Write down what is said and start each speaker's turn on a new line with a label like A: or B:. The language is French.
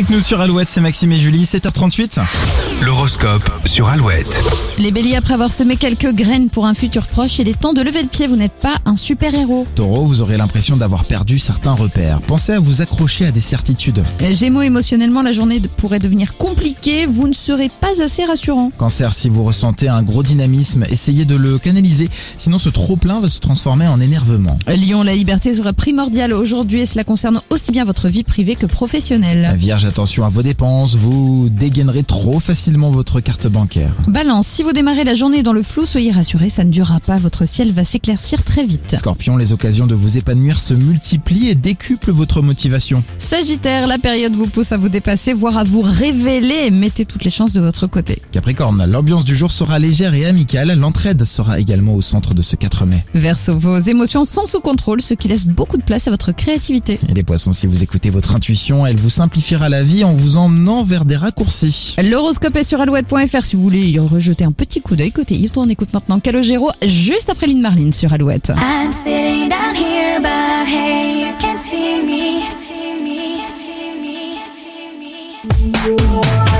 A: avec nous sur Alouette, c'est Maxime et Julie, 7h38.
B: L'horoscope sur Alouette.
C: Les béliers, après avoir semé quelques graines pour un futur proche, il est temps de lever le pied, vous n'êtes pas un super-héros.
A: Taureau, vous aurez l'impression d'avoir perdu certains repères. Pensez à vous accrocher à des certitudes.
C: Euh, Gémeaux, émotionnellement, la journée de- pourrait devenir compliquée, vous ne serez pas assez rassurant.
A: Cancer, si vous ressentez un gros dynamisme, essayez de le canaliser, sinon ce trop-plein va se transformer en énervement.
C: Lyon, Euh, la liberté sera primordiale aujourd'hui et cela concerne aussi bien votre vie privée que
A: La
C: professionnelle.
A: Vierge, attention à vos dépenses, vous dégainerez trop facilement votre carte bancaire.
C: Balance, si vous démarrez la journée dans le flou, soyez rassurés, ça ne durera pas, votre ciel va s'éclaircir très vite.
A: Scorpion, les occasions de vous épanouir se multiplient et décuplent votre motivation.
C: Sagittaire, la période vous pousse à vous dépasser, voire à vous révéler et mettez toutes les chances de votre côté.
A: Capricorne, l'ambiance du jour sera légère et amicale, l'entraide sera également au centre de ce 4 mai.
C: Verseau, vos émotions sont sous contrôle, ce qui laisse beaucoup de place à votre créativité.
A: Et les poissons, si vous écoutez votre intuition, elle vous simplifiera la vie en vous emmenant vers des raccourcis.
C: L'horoscope est sur alouette.fr si vous voulez y rejeter un petit coup d'œil côté Hilton. On écoute maintenant Calogero juste après Lynn Marlin sur Alouette.
D: I'm sitting down here, but hey, you can see me. See me, see me, see me.